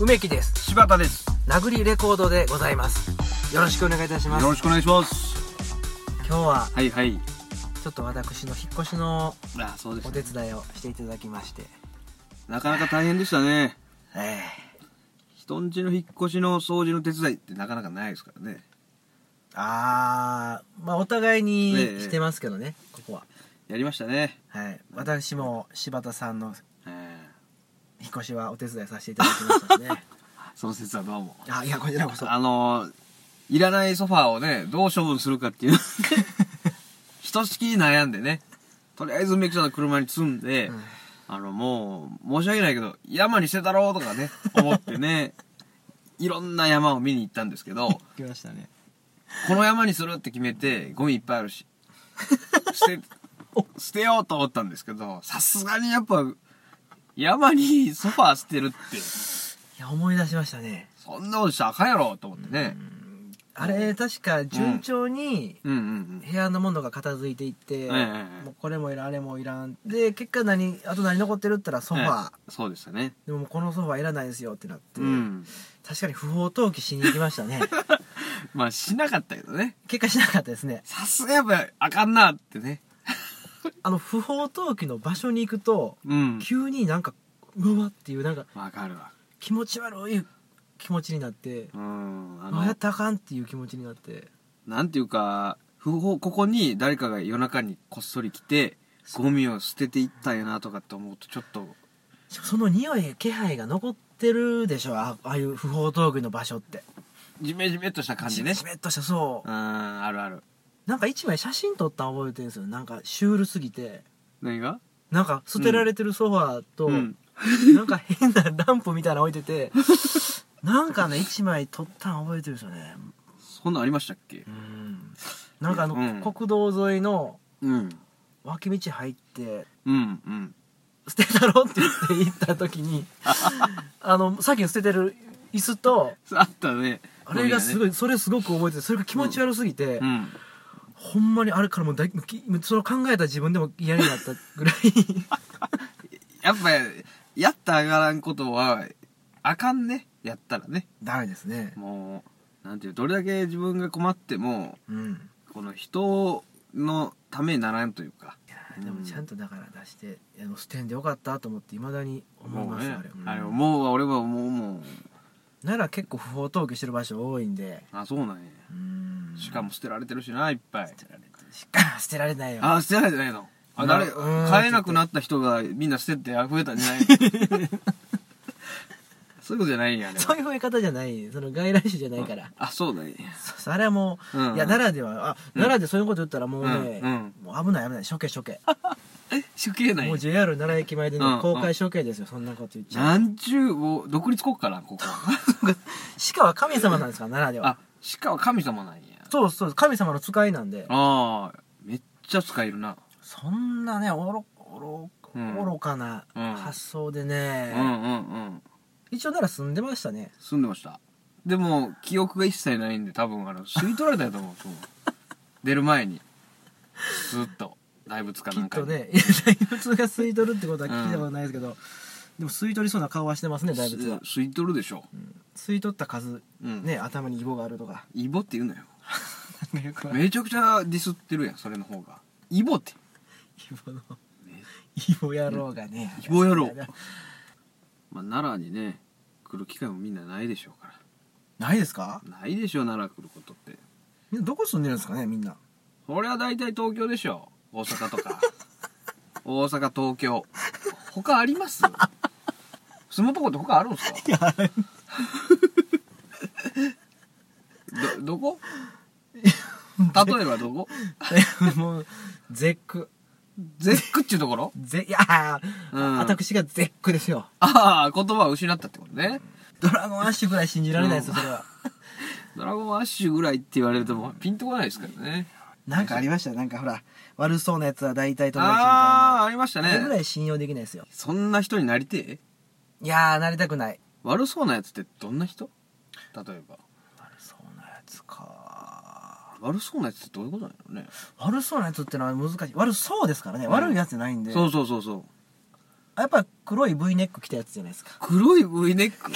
梅木です柴田です殴りレコードでございますよろしくお願いいたしますよろしくお願いします今日ははいはいちょっと私の引っ越しのあそうでおす手伝いをしていただきましてなかなか大変でしたねえ人んちの引っ越しの掃除の手伝いってなかなかないですからねー、あーまあお互いにええしてますけどね、ここはやりましたねはい私も柴田さんのえ引っ越しはお手伝いさせていただきましたしねーその説はどうも あいやこちらこそあのーいらないソファーをねどう処分するかって いうひとしきり悩んでねとりあえず梅木さんの車に積んで、うんあのもう申し訳ないけど山にしてたろうとかね思って ねいろんな山を見に行ったんですけど来ましたねこの山にするって決めてゴミいっぱいあるし捨て捨てようと思ったんですけどさすがにやっぱ山にソファー捨てるっていや思い出しましたねそんなことしたらあかんやろと思ってねあれ確か順調にうんうん部屋のものが片付いていって、ええもうこれもいらんあれもいらんで結果何あと何残ってるって言ったらソうんファー、ええそうでしたねでももうこのソファーいらないですよってなって、うん確かに不法投棄しに行きました ねまあしなかったけどね結果しなかったですねさすがやっぱあかんなってねあの不法投棄の場所に行くとうん急になんかうわっていうなんかわかるわ気持ち悪い気持ちになってうんああやっのたらあかんっていう気持ちになってなんていうか不法ここに誰かが夜中にこっそり来てゴミを捨てていったんやなとかって思うとちょっとしかもその匂い気配が残ってるでしょあああいう不法投棄の場所ってジメジメっとした感じねじめっとしたそううんあるあるなんか一枚写真撮ったの覚えてるんですよなんかシュールすぎて何がなんか捨てられてるソファーと、うんなんか変なランプみたいなの置いててなんかね一枚撮ったの覚えてるんですよねそんなんありましたっけうんなんかあの、うん国道沿いのうん脇道入ってうんうん捨てたろって言って行った時 にあのさっきの捨ててる椅子とあったねあれがすごい、いそれすごく覚えててそれが気持ち悪すぎて、うん、ほんまにあれからもうだいもうきその考えた自分でも嫌になったぐ らいやっぱやったらあからんことはあかんねやったらねダメですねもうなんていうどれだけ自分が困ってもうんこの人のためにならんというかいやーでもちゃんとだから出して、あのステンでよかったと思っていまだに思いもうますねあれ,うん、あれ思うわ俺は思うもんなら結構不法投棄してる場所多いんであそうなんやうんしかも捨てられてるしないっぱい捨てられてしかも捨てられないよあ捨てられてないのあな誰うーん買えなくなった人がみんな捨てて溢れたんじゃない そういうことじゃないんやねそういう増え方じゃないその外来種じゃないから、あそうだねそそれはもう、うんいや奈良ではあ奈良でそういうこと言ったらもうね、うんうんもう危ない危ない処刑処刑え主刑なもんやう JR 奈良駅前でね、うんうん公開処刑ですよそんなこと言っちゃうなんちゅうもう独立国家なんここ鹿は神様なんですから奈良ではあ鹿は神様なんやそうそう神様の使いなんでああめっちゃ使えるなそんなねおろおろうん愚かなうん発想でうねん、うんうん一応なら住んでましたね住んでましたでも記憶が一切ないんで多分あの吸い取られたんや と思うそう出る前にずっと大仏かきなっんかとにね 大仏が吸い取るってことは聞いたことないですけど、でも吸い取りそうな顔はしてますね大仏はす吸い取るでしょ吸い取った数うんね頭にイボがあるとかイボって言うなよなんかよく わかんないめちゃくちゃディスってるやんそれの方がイボってイボのイボ野郎がねイボ野郎まあ、奈良にね来る機会もみんなないでしょうかないですからないでしょう奈良来ることってみんなどこ住んでるんですかねみんなそれは大体東京でしょ大阪と か大阪東京他あります住むとこって他あるんすかいやあれどどこ例えばどこ もう絶句絶句っちゅうところぜいやー、うん私が絶句ですよああ言葉を失ったってことねドラゴンアッシュぐらい信じられないですよそれは、ドラゴンアッシュぐらいって言われるともうピンとこないですからねなんかありましたなんかほら悪そうなやつは大体友達みたいあなあありましたあれぐらねい信用できないですよそんな人になりてえいやーなりたくない悪そうなやつってどんな人例えば悪そうなやつか悪そうなやつってどういうことなのね悪そうなやつってのは難しい悪そうですからね、ん悪いやつじゃないんでそうそうそうそうやっぱ黒い V ネック着たやつじゃないですか黒い V ネック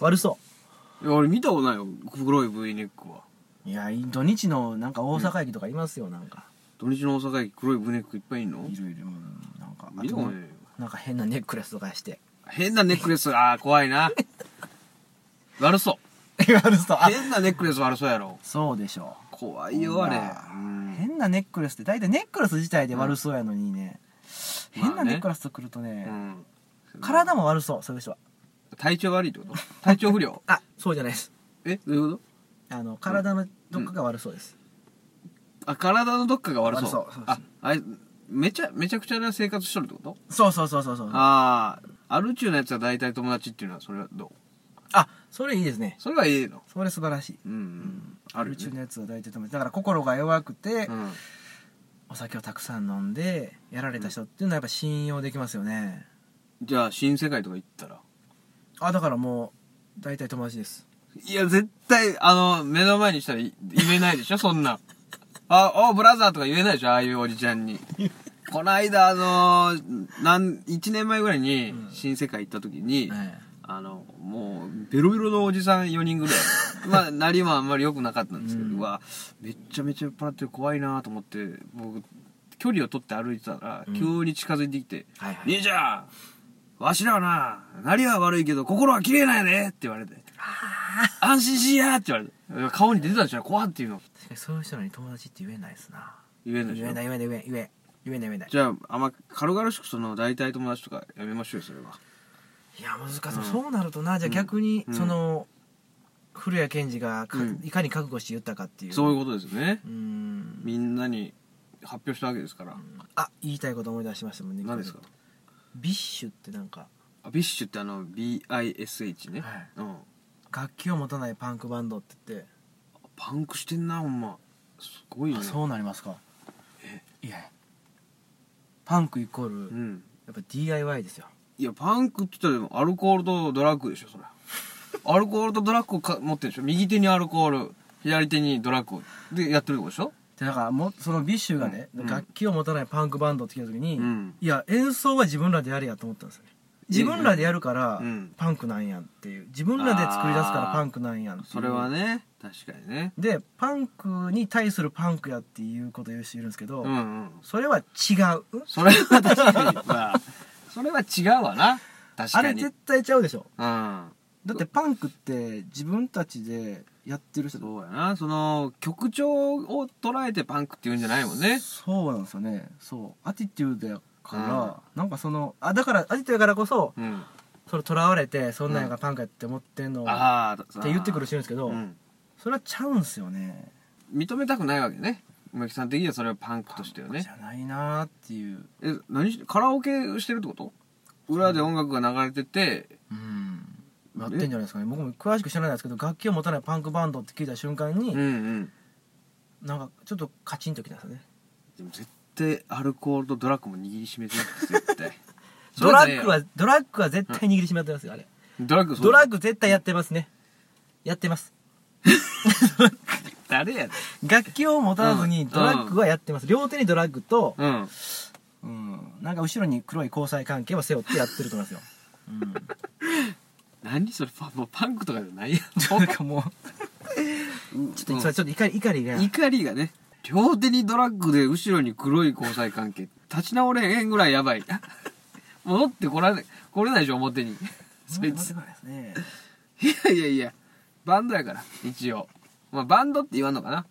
悪そいや俺見たことないよ黒い V ネックはういや土日のなんか大阪駅とかいますよなんか土日の大阪駅黒い V ネックいっぱいいんのいろいろうんなんかあ見たことないよとなんか変なネックレスとかして変なネックレスああ怖いな悪そう 悪そうあ変なネックレス悪そうやろそうでしょ怖いよあれううん変なネックレスって大体ネックレス自体で悪そうやのにね、うん変なネックレスとくるとね、体も悪そうそれでしはうん体調悪いってこと体調不良あそうじゃないですえどういうこあの体のどっかが悪そうです、とあ体のどっかが悪そう悪そうそうああれめちゃめちゃくちゃな生活しとるってことそうそうそうそうそうあああアルチューのやつは大体友達っていうのはそれはどうそれいいですねそれはええのそれ素晴らしいうんうんあアるル中よのねやつを抱いててもだから心が弱くて、うんお酒をたくさん飲んでやられた人っていうのはやっぱ信用できますよね、じゃあ新世界とか行ったらあだからもう大体友達ですいや絶対あの目の前にしたらい言えないでしょそんなんあおブラザーとか言えないでしょああいうおじちゃ んにこの間あのなん1年前ぐらいに新世界行った時に、えあの、もう、ベロベロのおじさん4人ぐらい。 まあ、なりはあんまり良くなかったんですけど、ううんわ、めっちゃめちゃ酔っ払ってる怖いなと思って、僕、距離を取って歩いてたら、うん急に近づいてきて、はいはい兄ちゃんわしらはな、なりは悪いけど、心は綺麗なんやねって言われて。安心しいやって言われていや。顔に出てたでしょ怖っていうの。え確かにそういう人らに友達って言えないですな言えないでし言えょない言えない言え言え言えない言えないじゃあ、あんま、軽々しくその、大体友達とかやめましょうよ、それは。いや難しい、うんそうなるとなじゃあ逆に、うんその古谷健二がか、うんいかに覚悟して言ったかっていうそういううことですよね。うーんみんなに発表したわけですから。あ言いたいこと思い出しましたもんね何ですかビッシュってなんかあビッシュってあの BISH ね、はいうん楽器を持たないパンクバンドって言って、パンクしてんなほんますごいねあそうなりますかいやパンクイコール、うやんっぱ DIY ですよいやパンクって言ったらアルコールとドラッグでしょ それアルコールとドラッグをか持ってるでしょ右手にアルコール左手にドラッグでやってるってことでしょでだからもそのビッシュがね、うん楽器を持たないパンクバンドって聞いた時に、うんいや演奏は自分らでやれやと思ったんですよね自分らでやるからうんパンクなんやっていう自分らで作り出すからパンクなんやっていうそれはね確かにねでパンクに対するパンクやっていうことを言う人いるんですけど、うんうんそれは違うそれは確かにまあそれは違うわな確あかれに絶対ちゃうでしょうんだってパンクって自分たちでやってる人そうやなその曲調を捉えてパンクって言うんじゃないもんねそうなんですよねそうアティチュードやうんから、なんかそのあだからアティチュードやからこそうんそれとらわれてそんなんやからパンクやって思ってんの、っああって言ってくる人いるんですけど、うん、それはちゃうんすよね認めたくないわけね梅木さん的にはそれはパンクとしてはねじゃないなーっていうえ何しカラオケしてるってこと裏で音楽が流れててうんやってんじゃないですかね僕も詳しく知らないですけど楽器を持たないパンクバンドって聞いた瞬間に、うんうんなんかちょっとカチンときたんですよねでも絶対アルコールとドラッグも握りしめてるって絶対 ドラッグそれはドラッグは絶対握りしめてますよあれねドラッグドラッググ絶対やってますねやってます誰やねん楽器を持たずにうんドラッグはやってます両手にドラッグと、うんうん、なんか後ろに黒い交際関係を背負ってやってると思いますよ、何それパもうパンクとかじゃ ないやんうん、なんかもうちょっと、うんそれちょっと怒り怒りが 怒りがね両手にドラッグで後ろに黒い交際関係立ち直れへんぐらいやばい 戻ってこられこれないでしょ 表にそいつうん待ってくださいねいやいやいや、バンドやから、一応。まあ、バンドって言わんのかな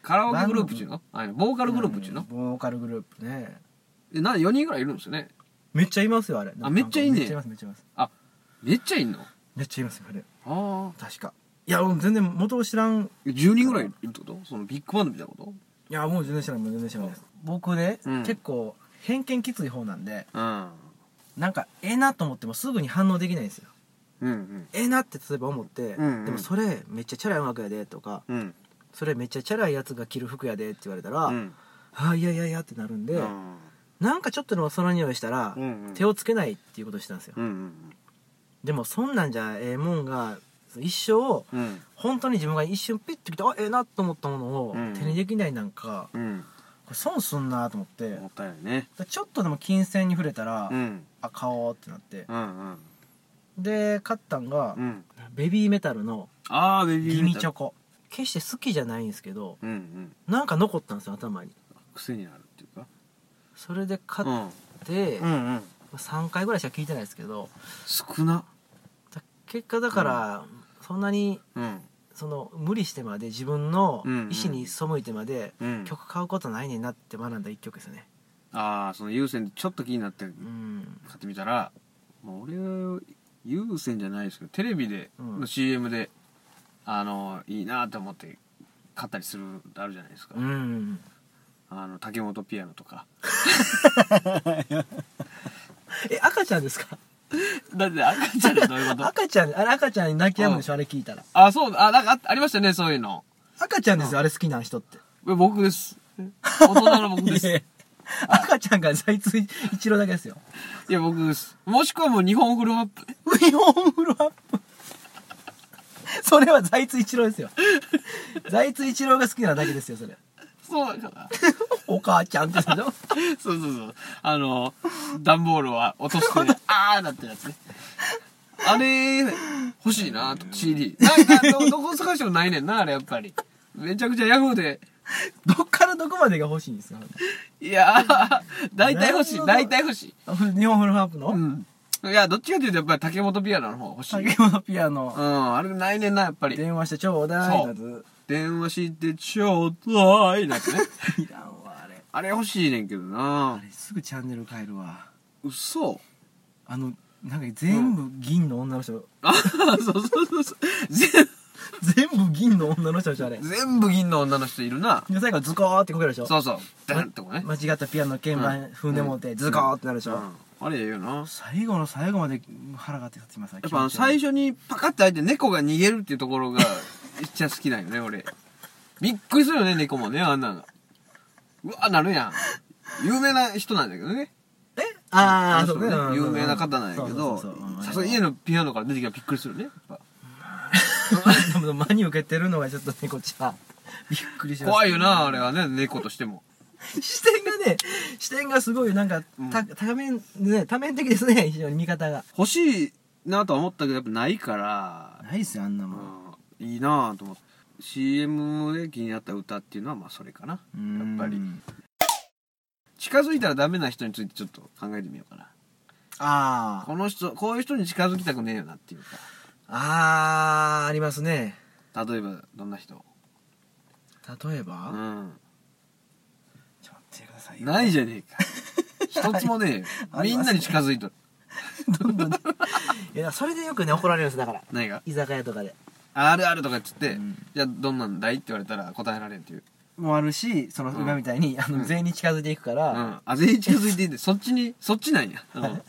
カラオケグループっちゅうのあのボーカルグループっちゅうの、ボーカルグループねえな、4人ぐらいいるんですよね。めっちゃいますよあれあめっちゃいんねめっちゃいますめっちゃいますあ、めっちゃいんのあめっちゃいますよあれあ。確かいやもう全然元を知らん10人ぐらいいるってことそのビッグバンドみたいなこいやもう全然知らないもう全然知らないです僕ね、うん結構偏見きつい方なんでとうん。なんかええなと思ってもすぐに反応できないんですようんええなって例えば思って、んうんでもそれめっちゃチャラい音楽やでとかうん。うん。それめっちゃチャラいやつが着る服やでって言われたら、うん。ああいやいやいやってなるんで、うんなんかちょっとでもその匂いしたら、うんうん手をつけないっていうことをしたんですよ、うんうん。でもそんなんじゃええもんが一生うん。本当に自分が一瞬ピッてきてあええなと思ったものをうん手にできないなんか、うん。これ損すんなと思って、もったいないね。だからちょっとでも金銭に触れたら、うん。あ買おうってなってう、んうん。で買ったんが、うん。ベビーメタルのああ、ベビーギミチョコ。コ決して好きじゃないんですけどうんうん。なんか残ったんですよ頭に癖になるっていうか。それで買うっん。て、うまんうん。あ3回ぐらいしか聞いてないですけど少な。だ結果だから、そんなにうん。その無理してまで自分の意うんうん思に背いてまでうん。曲買うことないねんなって学んだ一曲ですねああ、その優先でちょっと気になってうん買ってみたら、まあ、俺は優先じゃないですけど、テレビで、うんの CM で、あの、いいなと思って買ったりする、あるじゃないですか。うんあの、竹本ピアノとか。 え赤ちゃんですかだって赤ちゃんってどういうこと 赤ちゃんあれ赤ちゃんに泣き止むでしょあれ聞いたらあ、そう、あ、なんかあありましたね、そういうの。赤ちゃんですよあれ好きな人ってえ 僕です。大人の僕です。いやいいや赤ちゃんが財津一郎だけです よや、僕です。もしくはもう日本フルマップ。日本フルアップそれは財津一郎ですよ財津一郎が好きなだけですよそれそうだから。お母ちゃんって言うでしょ そうそうそう。あの、段ボールは落として、 あーなってるやつね。あれ、欲しいなと、CD。なんか、ど、 どこ探してもないねんな、あれやっぱり。めちゃくちゃヤフーで。どっからどこまでが欲しいんですかいやー、大体欲しい、なる大ほど体欲しい。あ日本フルアップの、うん。いや、どっちかというとやっぱり竹本ピアノの方が欲しい。竹本ピアうノ、ん、あれないねんな、やっぱり。電話してちょうだいなず電話してちょうだい、なん てね。いらんわあれあれ欲しいねんけどあなれすぐチャンネル変えるわ嘘あのなんか全部銀の女の人、あそうそうそうそう。全全部銀の女の人でしょあれで全部銀の女の人いるな。最後ズコーってこけるでしょそうそう。ダンってこね。間違ったピアノの鍵盤踏んでもうてズコーってなるでしょ、あれええよな。最後の最後まで腹が立ってますややっぱあの最初にパカッて開いて猫が逃げるっていうとこ ろがめっちゃ好きなんよね、俺。びっくりするよね、猫もね、あんなの。うわ、なるやん。有名な人なんだけどね。ああの人そうねね有名な方なんやけど、さすがに家のピアノから出てきたらびっくりするね。やっぱ でも真に受けてるのがちょっとねこっちはびっくりしました怖いよな、あれはね、猫としても。 視点がね視点がすごいなんか、た多面ね多面的ですね 非常に見方が欲しいなとは思ったけど、やっぱないから、ないっすよあんなもんうんいいなぁと思って CM で気になった歌っていうのはまあそれかなやっぱり近づいたらダメな人についてちょっと考えてみようかなあーこの人こういう人に近づきたくねえよなっていうかあーありますね例えばどんな人例えうば、んちょっと待ってくださいよないじゃねえか一つ もねえよみんなに近づいとるどんどんねいやそれでよくね怒られるんですだから何が居酒屋とかで「あるある」とかっつって、うんじゃあどんなんだい?」って言われたら答えられんっていうもあるしそのん今みたいに、あの全員に近づいていくかうら、んあ全員近づいていいんでそっちにそっちなんや、うん、だか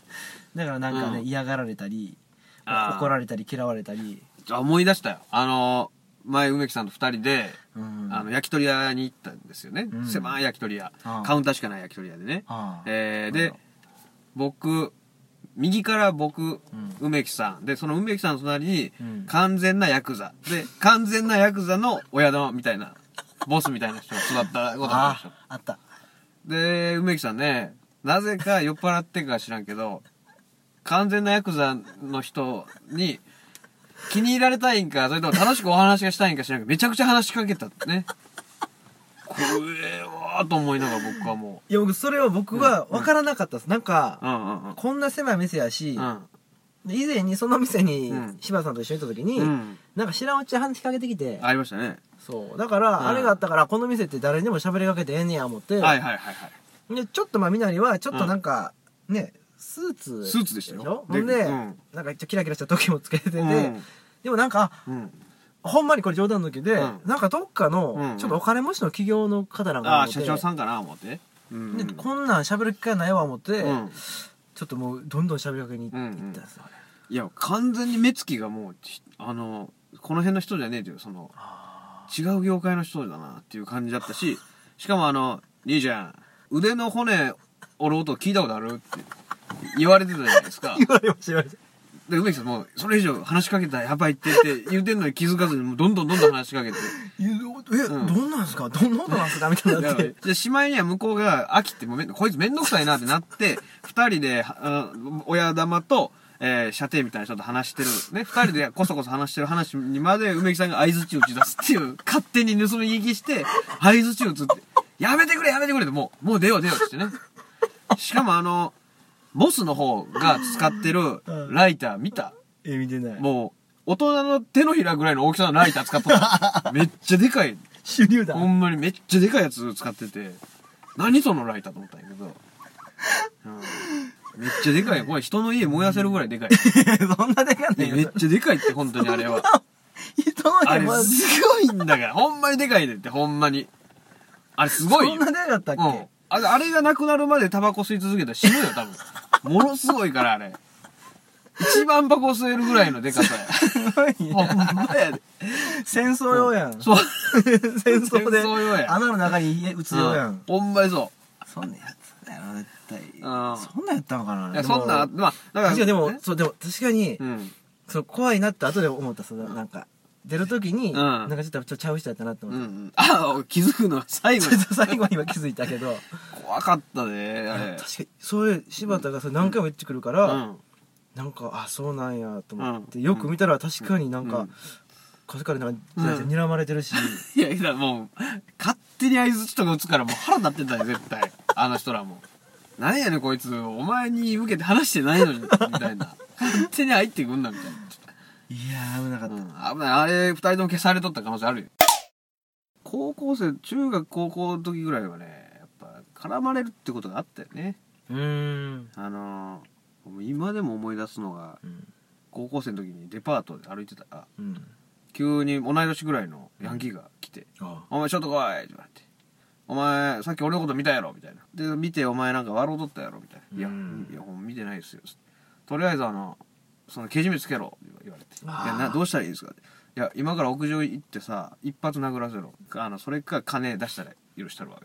らなんかね、うん嫌がられたりあー怒られたり嫌われたり、あ思い出したよあの前梅木さんと二人でうんあの焼き鳥屋に行ったんですよね、うん狭い焼き鳥屋、ああカウンターしかない焼き鳥屋でね、ああえーなるでほど僕右から僕、ん梅木さんでその梅木さんの隣に、うん完全なヤクザで完全なヤクザの親玉みたいな ボスみたいな人が座ったことあったでしああったょで梅木さんねなぜか酔っ払ってか知らんけど完全なヤクザの人に気に入られたいんか、それとも楽しくお話がしたいんか知らんけど、めちゃくちゃ話しかけたってね。怖えわーと思いながら僕はもいや僕それは僕は分からなかったです、なんか、う。うんうんうん。こんな狭い店やし、うん。で以前にその店にうん柴田さんと一緒に行った時に、うんなんか知らんうちに話しかけてきて、ありましたね。そうだから、んあれがあったからこの店って誰にでも喋りかけてええねや思って、はいはいはいはい。でちょっとまあみなりはちょっとなんか、ねスーツスーツでしたよょでほんで、うんなんかちょっとキラキラした時もつけてて、うんでもなんかあうん。ほんまにこれ冗談抜きで、うんなんかどっかの、うんうんちょっとお金持ちの企業の方なんかなああ、思って社長さんかな思って。うでん。こんなん喋る機会ないわ思って、うん。ちょっともうどんどん喋りかけに行うんうん行ったんですよ、ねいや、完全に目つきがもう、ちあの、この辺の人じゃねえという、その、違う業界の人だなっていう感じだったし、しかもあの、兄ちゃん、腕の骨折る音聞いたことあるって言われてたじゃないですか。 言われました言われましたで、梅木さんも、それ以上話しかけたらやばいって言って、言うてんのに気づかずに、もうどんどんどんどん話しかけて。え、うんどんなんすかどんなことなんすかみたいになってで、しまいには向こうが飽きて、もうめんこいつめんどくさいなってなって、二人で、はあ親玉と、えー、射程みたいな人と話してる、ね、二人でこそこそ話してる話にまで梅木さんが合図打ち出すっていう、勝手に盗み聞きして、合図打つって、やめてくれやめてくれって、もう、もう出よう出ようってね。しかもあの、ボスの方が使ってるライター見たえ、見てない。もう、大人の手のひらぐらいの大きさのライター使っとった。めっちゃでかい。手榴弾ほ。んまにめっちゃでかいやつ使ってて、何そのライターと思ったんやけど。うん、めっちゃでかいよ。これ人の家燃やせるぐらい でかい。そんなでかんいねやんめけっど。ちゃでかいって、本当にあれ は。人のあ家れまだそすごいんだから、ほんまにでかいでって、ほんまに。あれすごいよ。んなでかかったっうんけ。あれ、あれがなくなるまでタバコ吸い続けたら死ぬよ、多分。ものすごいから、あれ。一番タバコ吸えるぐらいので かさや。すごいほねんまやで。戦争用やん。そう。戦争で戦争用や穴の中に家打つ用やん。ほんまにそそんなやつだよ、絶対。んそんなやったのかなう。いや、そんな、でもまあ、だから。確かにでもね、そう、でも確かにう、ん。その怖いなって後で思った、そのなんか、出るときに、んなんかちょっとちょっとちゃう人やったなってうんう思っん、あ気づくのは最後た。にちょっと最後には気づいたけど、怖かったねあれ確かに、そういう柴田がそれ何回も言ってくるかうら、んなんか、あ、そうなんやと思って、よく見たら確かになんうかん、風からなんか、うん睨まれてる し、いやいやもう勝手に相づちとか打つからもう腹立ってたよ絶対あの人らも何やねんこいつお前に向けて話してないのにみたいな勝手に入ってくんなみたいいやー、危なかっな、た。うん、危ないあれ二人とも消されとった可能性あるよ高校生中学高校の時ぐらいはねやっぱ絡まれるってことがあったよねうーん。あのー今でも思い出すのがうん高校生の時にデパートで歩いてたらうん。急に同い年ぐらいのヤンキーが来てあ「お前ちょっと来い」って言われて「お前さっき俺のこと見たやろ」みたいな「で見てお前なんか笑うとったやろ」みたいな「いやうんいやもう見てないですよ」とりあえずあのそのけじめつけろ」言われて「いあーやなどうしたらいいですか?」って「いや今から屋上行ってさ一発殴らせろあのそれか金出したら許したるわ」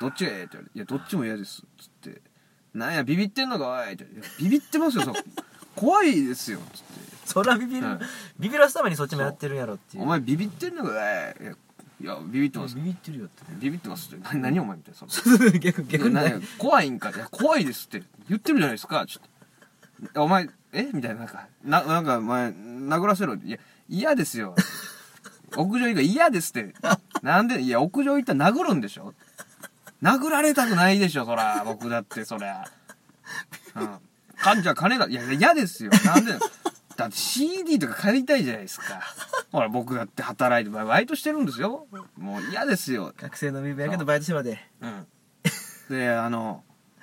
どっちがええ?」って言われて「いやどっちも嫌です」っつって「なんやビビってんのかおい」って言われていやビビってますよそ怖いですよ」っつって。そらビビるうん、ビビらすためにそっちもやってるんやろっていう。お前ビビってんのかいやいやビビってますビビってるよってね。ビビってますって何何お前みたいなその逆、逆いにやね何や怖いんかいや怖いですって言ってるじゃないですかちょっとお前えみたいななんかななんかお前殴らせろいや嫌ですよ屋上行く嫌ですってなんでいや屋上行ったら殴るんでしょ殴られたくないでしょそら僕だってそりゃうんかじゃあ金だいやいや嫌ですよなんでだって CD とか借りたいじゃないですかほら僕だって働いてバイバイトしてるんですよもう嫌ですよ学生のビビやけどバイトしてまで。うん、であの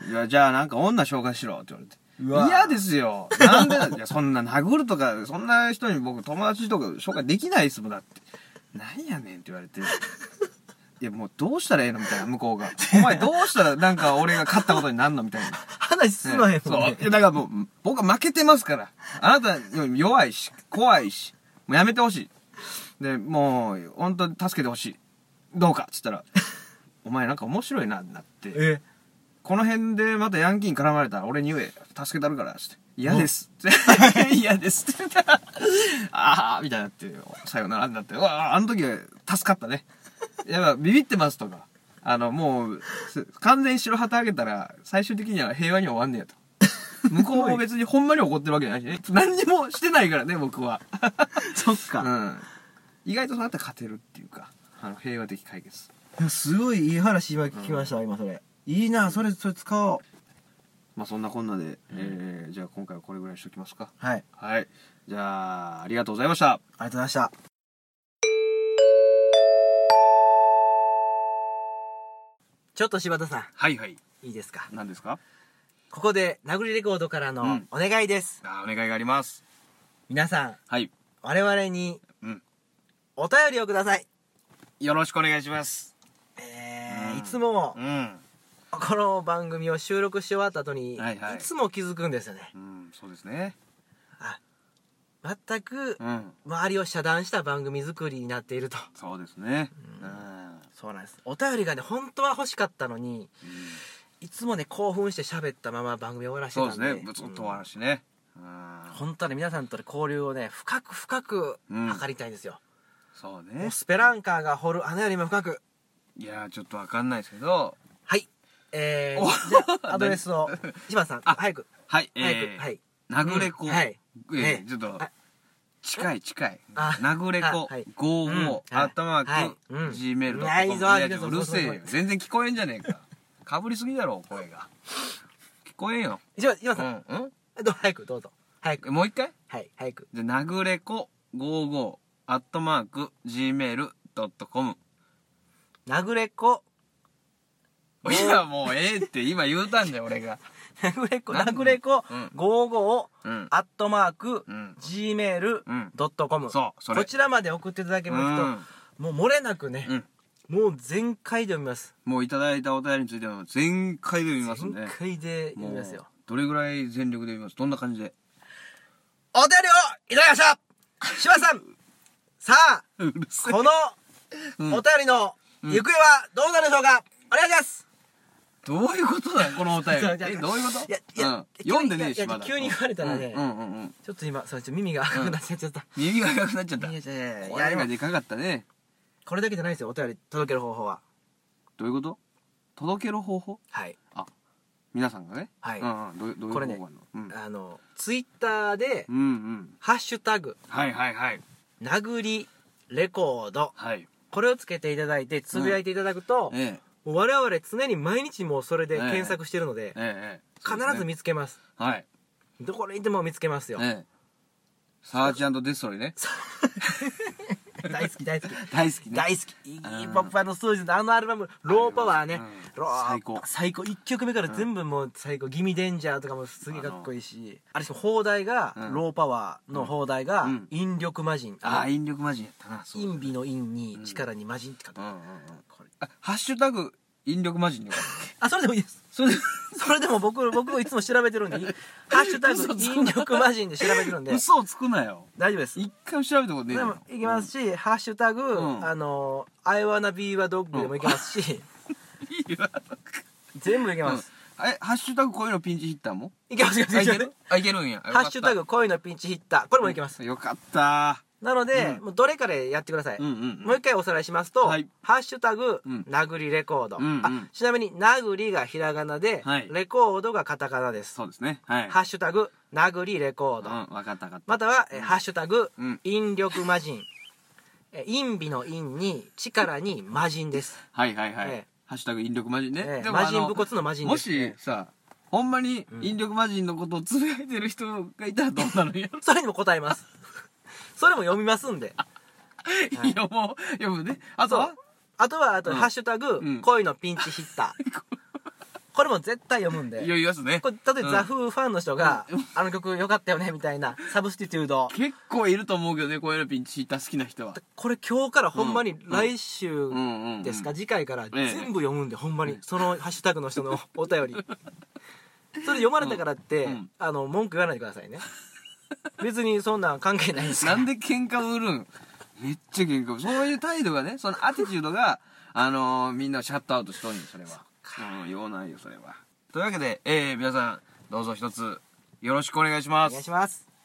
いや「じゃあなんか女紹介しろ」って言われて「うわ嫌ですよなんでだ」いやそんな殴るとかそんな人に僕友達とか紹介できないですもんだって「なんやねん」って言われて。いやもうどうしたらええのみたいな向こうが「お前どうしたらなんか俺が勝ったことになんの?」みたいな話すまへんそもうんいやね。だからもう僕は負けてますからあなたより弱いし怖いしもうやめてほしいでもう本当に助けてほしいどうかっつっ たら「お前なんか面白いな」ってなってえ、この辺でまたヤンキーに絡まれたら俺に言え。助けたるから、つって。嫌です。 嫌です。って言ったら、ああ、みたいになって、さよならになって、うわあ、あの時は助かったね。やっぱビビってますとか、あの、もう、す完全に白旗あげたら、最終的には平和に終わんねやと。向こうも別にほんまに怒ってるわけじゃないし ね。何にもしてないからね、僕は。そっうか。ん。意外とその後勝てるっていうか、あの、平和的解決。いやすごいいい話今聞きました、今それ。いいな、それ、それ使おう。まあそんなこんなで、えー、じゃあ今回はこれぐらいにしときますか。はい。ありはい。じゃあ、ありがとうございました。がとうございました。ちょっと柴田さはいはい。ん、いいですか。何ですかここで、殴りレコードからうのんお願いです。あーお願いがあります。皆さん、はい。我々にうん。お便りをください。よろしくお願いします。えーうんいつもん。この番組を収録し終わった後に、はいはいいつも気づくんですよねうん、そうですね。あ全くうん。周りを遮断した番組作りになっているとそうですね。うん。そうなんですお便りがね本当は欲しかったのにいつもね興奮して喋ったまま番組終わらせてそうでたすんでね。ぶつっと終わらしね。うんうん。本当はね皆さんとの交流をね深く深くうん測りたいんですよ、そうもねう。スペランカーが掘る穴よりも深くいやー、ちょっとわかんないですけど。はいえお ー、じゃあアドレスを柴田さんあ早くはい、早く、はい殴れ子。うんはいええええちょっとあ、近い近い。あ殴れあ子はい、う55、んはい頭はマーいク、うん gmail.com。ないぞいやいやそううそうるせえそうよそう。全然聞こえんじゃねえか。かぶりすぎだろ、声が。聞こえんよ。じゃあ、今うさん、ん、うんどう早く、どうぞ。早えく。もう一回はい、早く。で、殴れ子、55、アットマーク、gmail.com。殴れっ子。いや、もうええって今言うたんだよ、俺が。 殴れっ子、なん殴れっ子、うん55、うん。アットマークう、ん。 gmail.com。そうそれこちらまで送っていただけますと、もう漏れなくねう、ん。もう全開で読みます。もういただいたお便りについては全開で読みます全んで。開で読もみうますよ。どれぐらい全力で読みますどんな感じでお便りをいただきました柴田さんさあ、うるせえこのおうん便りの行方はどうなるでしょうか、お願いしますどういうことだよこのお 便りじゃあえどういうこといやいやうん急に読んでねえいやしまだ急に言われたらねうんうんうんうんちょっと今、そうちょっと耳が赤くなっちゃっちゃった。耳が赤くなっちゃったいやいやいやいや声がでかかったねこれだけじゃないですよ、お便り届ける方法は。どういうこと届ける方法はい。あ皆さんがねはいうんうんどういうどういうこれ方ね法なのうんあの、ツイッターで、うんうんハッシュタグ、はいはいはい殴りレコード、はいこれをつけていただいて、つぶやいていただくと、ええもう我々常に毎日もうそれで検索してるので、ええ必ず見つつけます。はいどこにいても見つけますよ。ええサーチデストロイね 大好き大好き。大好きね大好き。いいうん僕あの数字のあのアルバム、ローパワーねうん。ロー最高最高。1曲目から全部もう最高。ギミデンジャーとかもすげえかっこいいし。あれしかも放題が、うんローパワーの放題がうん、引力魔人。あああの引力魔人やったなそう陰美の陰に力に魔人って書く。うんうんうんこれあ、ハッシュタグ、引力魔人でよかったね。あ、それでもいいです。それで、それでも僕、僕もいつも調べてるんで、いハッシュタグ、嘘つく引力魔人で調べてるんで、嘘をつくなよ。大丈夫です。一回も調べたことねえでよも、いきますし、ハッシュタグ、んあの、アイワナビーワドッグでもいけます し、うん。いいわ。全部いけうまんす。。え、ハッシュタグこういうのピンチヒッターもいけます、 いけまあ、す、いいけけまする。あ、いけるんや。ハッシュタググ、恋のピンチヒッター。これもいけます。よかった。なので、うんもうどれからやってください。うんうんうんもう一回おさらいしますと、はいハッシュタグ、うん殴りレコード、うんうんあ。ちなみに、殴りがひらがなで、はいレコードがカタカナです。そうですね。はい。ハッシュタグ、殴りレコーうド。ん、わかったわかった。または、えーハッシュタグ、うん引力魔人。えー陰美の陰に、力に魔人です。はいはいはえいえ。ハッシュタグ引力魔人えね。えでもあの魔人武骨の魔人もですねしさ、ほんまに引力魔人のことをつぶやいてる人がいたらどうなるんや ろ。それにも答えます。それも読みますんで。いや、もう、読むね。あとはあとは、あと、うんハッシュタグ、うん恋のピンチヒッタ ー。これも絶対読むんで。読みますね。これ、例えば、うんザ・フーファンの人が、あの曲良かったよね、みたいな、サブスティテュード。結構いると思うけどね、こういうのピンチヒッター好きな人は。これ今日からほんまにうん来週んうんうんですか、次回から全部読むんで、ほんまに。そのハッシュタグの人の お便り。それ読まれたからって、うんあの、文句言わないでくださいね。別にそんなん関係ないですなから。んで喧嘩を売るんめっちゃ喧嘩売る。そういう態度がね、そのアティチュードが、あのーみんなをシャットアウトしとんよ、それは。うん、ようないよ、それは。というわけで、えー、皆さん、どうぞ一つ、よろしくお願いしまお願いすし。ます。